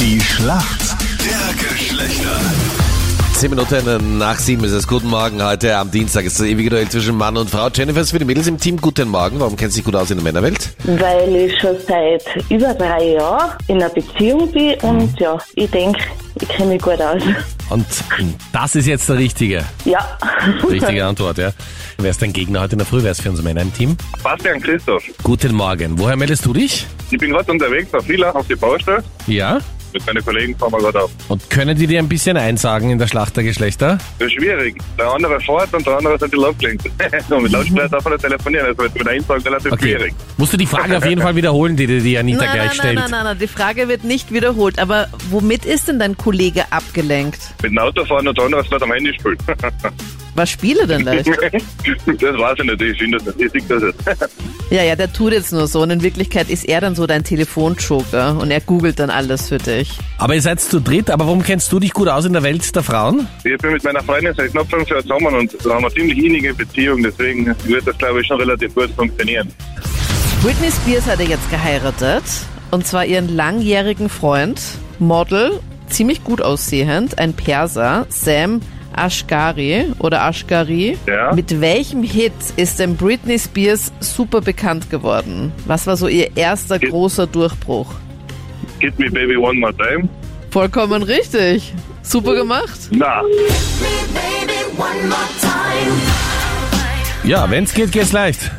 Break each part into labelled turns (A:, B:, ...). A: Die Schlacht der Geschlechter.
B: Zehn Minuten nach sieben ist es. Guten Morgen heute am Dienstag. Es ist das ewige Duell zwischen Mann und Frau. Jennifer ist für die Mädels im Team. Guten Morgen. Warum kennst du dich gut aus in der Männerwelt?
C: weil ich schon seit über drei Jahren in einer Beziehung bin und ja, ich denke, ich kenne mich gut aus.
B: Und
D: Das ist jetzt der richtige.
C: Ja,
D: Richtige Antwort, ja. Wer ist dein Gegner heute in der Früh? Wer ist für uns Männer im Team?
E: Bastian Christoph.
D: Guten Morgen. Woher meldest du dich?
E: Ich bin gerade unterwegs nach Villach auf die Baustelle.
D: Ja.
E: Mit meinen Kollegen fahren wir gerade auf.
D: Und können die dir ein bisschen einsagen in der Schlacht der Geschlechter?
E: Das ist schwierig. Der andere fährt und der andere sind die Laufklinken. so, mit Lautsprecher darf man nicht telefonieren. Das wird mit Einsagen relativ schwierig.
D: Musst du die Fragen auf jeden Fall wiederholen, die dir die Anita
F: nein,
D: gleich
F: nein,
D: stellt.
F: Nein, nein, nein, die Frage wird nicht wiederholt. Aber womit ist denn dein Kollege abgelenkt?
E: Mit dem Auto fahren und der andere ist nicht am Handy spielen.
F: Was spiele denn da? jetzt?
E: das weiß ich nicht. Ich finde das nicht. Ich sehe das jetzt.
F: ja, ja, der tut jetzt nur so. Und in Wirklichkeit ist er dann so dein Telefonjoker. Und er googelt dann alles für dich.
D: Aber ihr seid zu dritt, aber warum kennst du dich gut aus in der Welt der Frauen?
E: Ich bin mit meiner Freundin seit knapp fünf Jahren zusammen und da haben wir ziemlich innige Beziehung. Deswegen wird das, glaube ich, schon relativ gut funktionieren.
F: Britney Spears hat er jetzt geheiratet. Und zwar ihren langjährigen Freund, Model, ziemlich gut aussehend, ein Perser, Sam Ashgari oder Ashgari.
E: Ja.
F: Mit welchem Hit ist denn Britney Spears super bekannt geworden? Was war so ihr erster großer Durchbruch?
E: Hit me baby one more time.
F: Vollkommen richtig. Super gemacht.
E: Na,
D: Ja, wenn's geht, geht's leicht.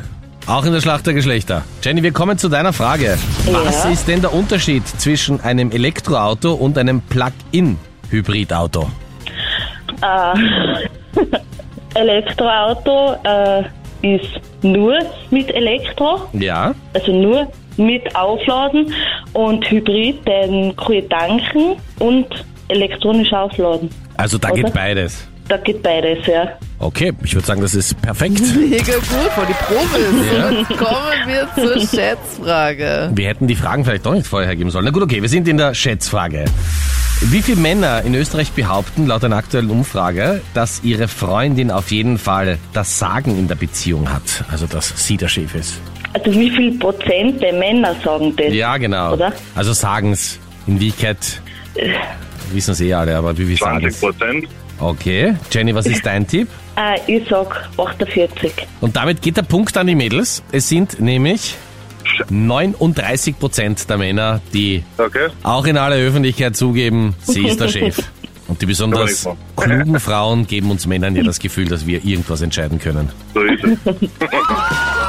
D: Auch in der Schlacht der Geschlechter. Jenny, wir kommen zu deiner Frage. Was ist denn der Unterschied zwischen einem Elektroauto und einem Plug-in-Hybridauto?
C: Elektroauto äh, ist nur mit Elektro,
D: Ja.
C: also nur mit Aufladen und Hybrid, den kann ich tanken und elektronisch aufladen.
D: Also da
C: Oder?
D: geht beides.
C: Da geht beides, ja.
D: Okay, ich würde sagen, das ist perfekt.
F: Mega gut, von die Profis.
D: Ja.
F: Jetzt kommen wir zur Schätzfrage.
D: Wir hätten die Fragen vielleicht doch nicht vorher geben sollen. Na gut, okay, wir sind in der Schätzfrage. Wie viele Männer in Österreich behaupten laut einer aktuellen Umfrage, dass ihre Freundin auf jeden Fall das Sagen in der Beziehung hat? Also, dass sie der Chef ist.
C: Also wie viel Prozent der Männer sagen das?
D: Ja, genau.
C: Oder?
D: Also sagen's. In Wirklichkeit wissen es eh alle, aber wie wir sagen
E: 20 Prozent.
D: Okay, Jenny, was ist dein Tipp?
C: Äh, ich sag 48.
D: Und damit geht der Punkt an die Mädels. Es sind nämlich 39 Prozent der Männer, die
E: Okay.
D: auch in aller Öffentlichkeit zugeben, sie ist der Chef. Und die besonders
E: Entschuldigung.
D: klugen Frauen geben uns Männern ja das Gefühl, dass wir irgendwas entscheiden können.
E: So ist es.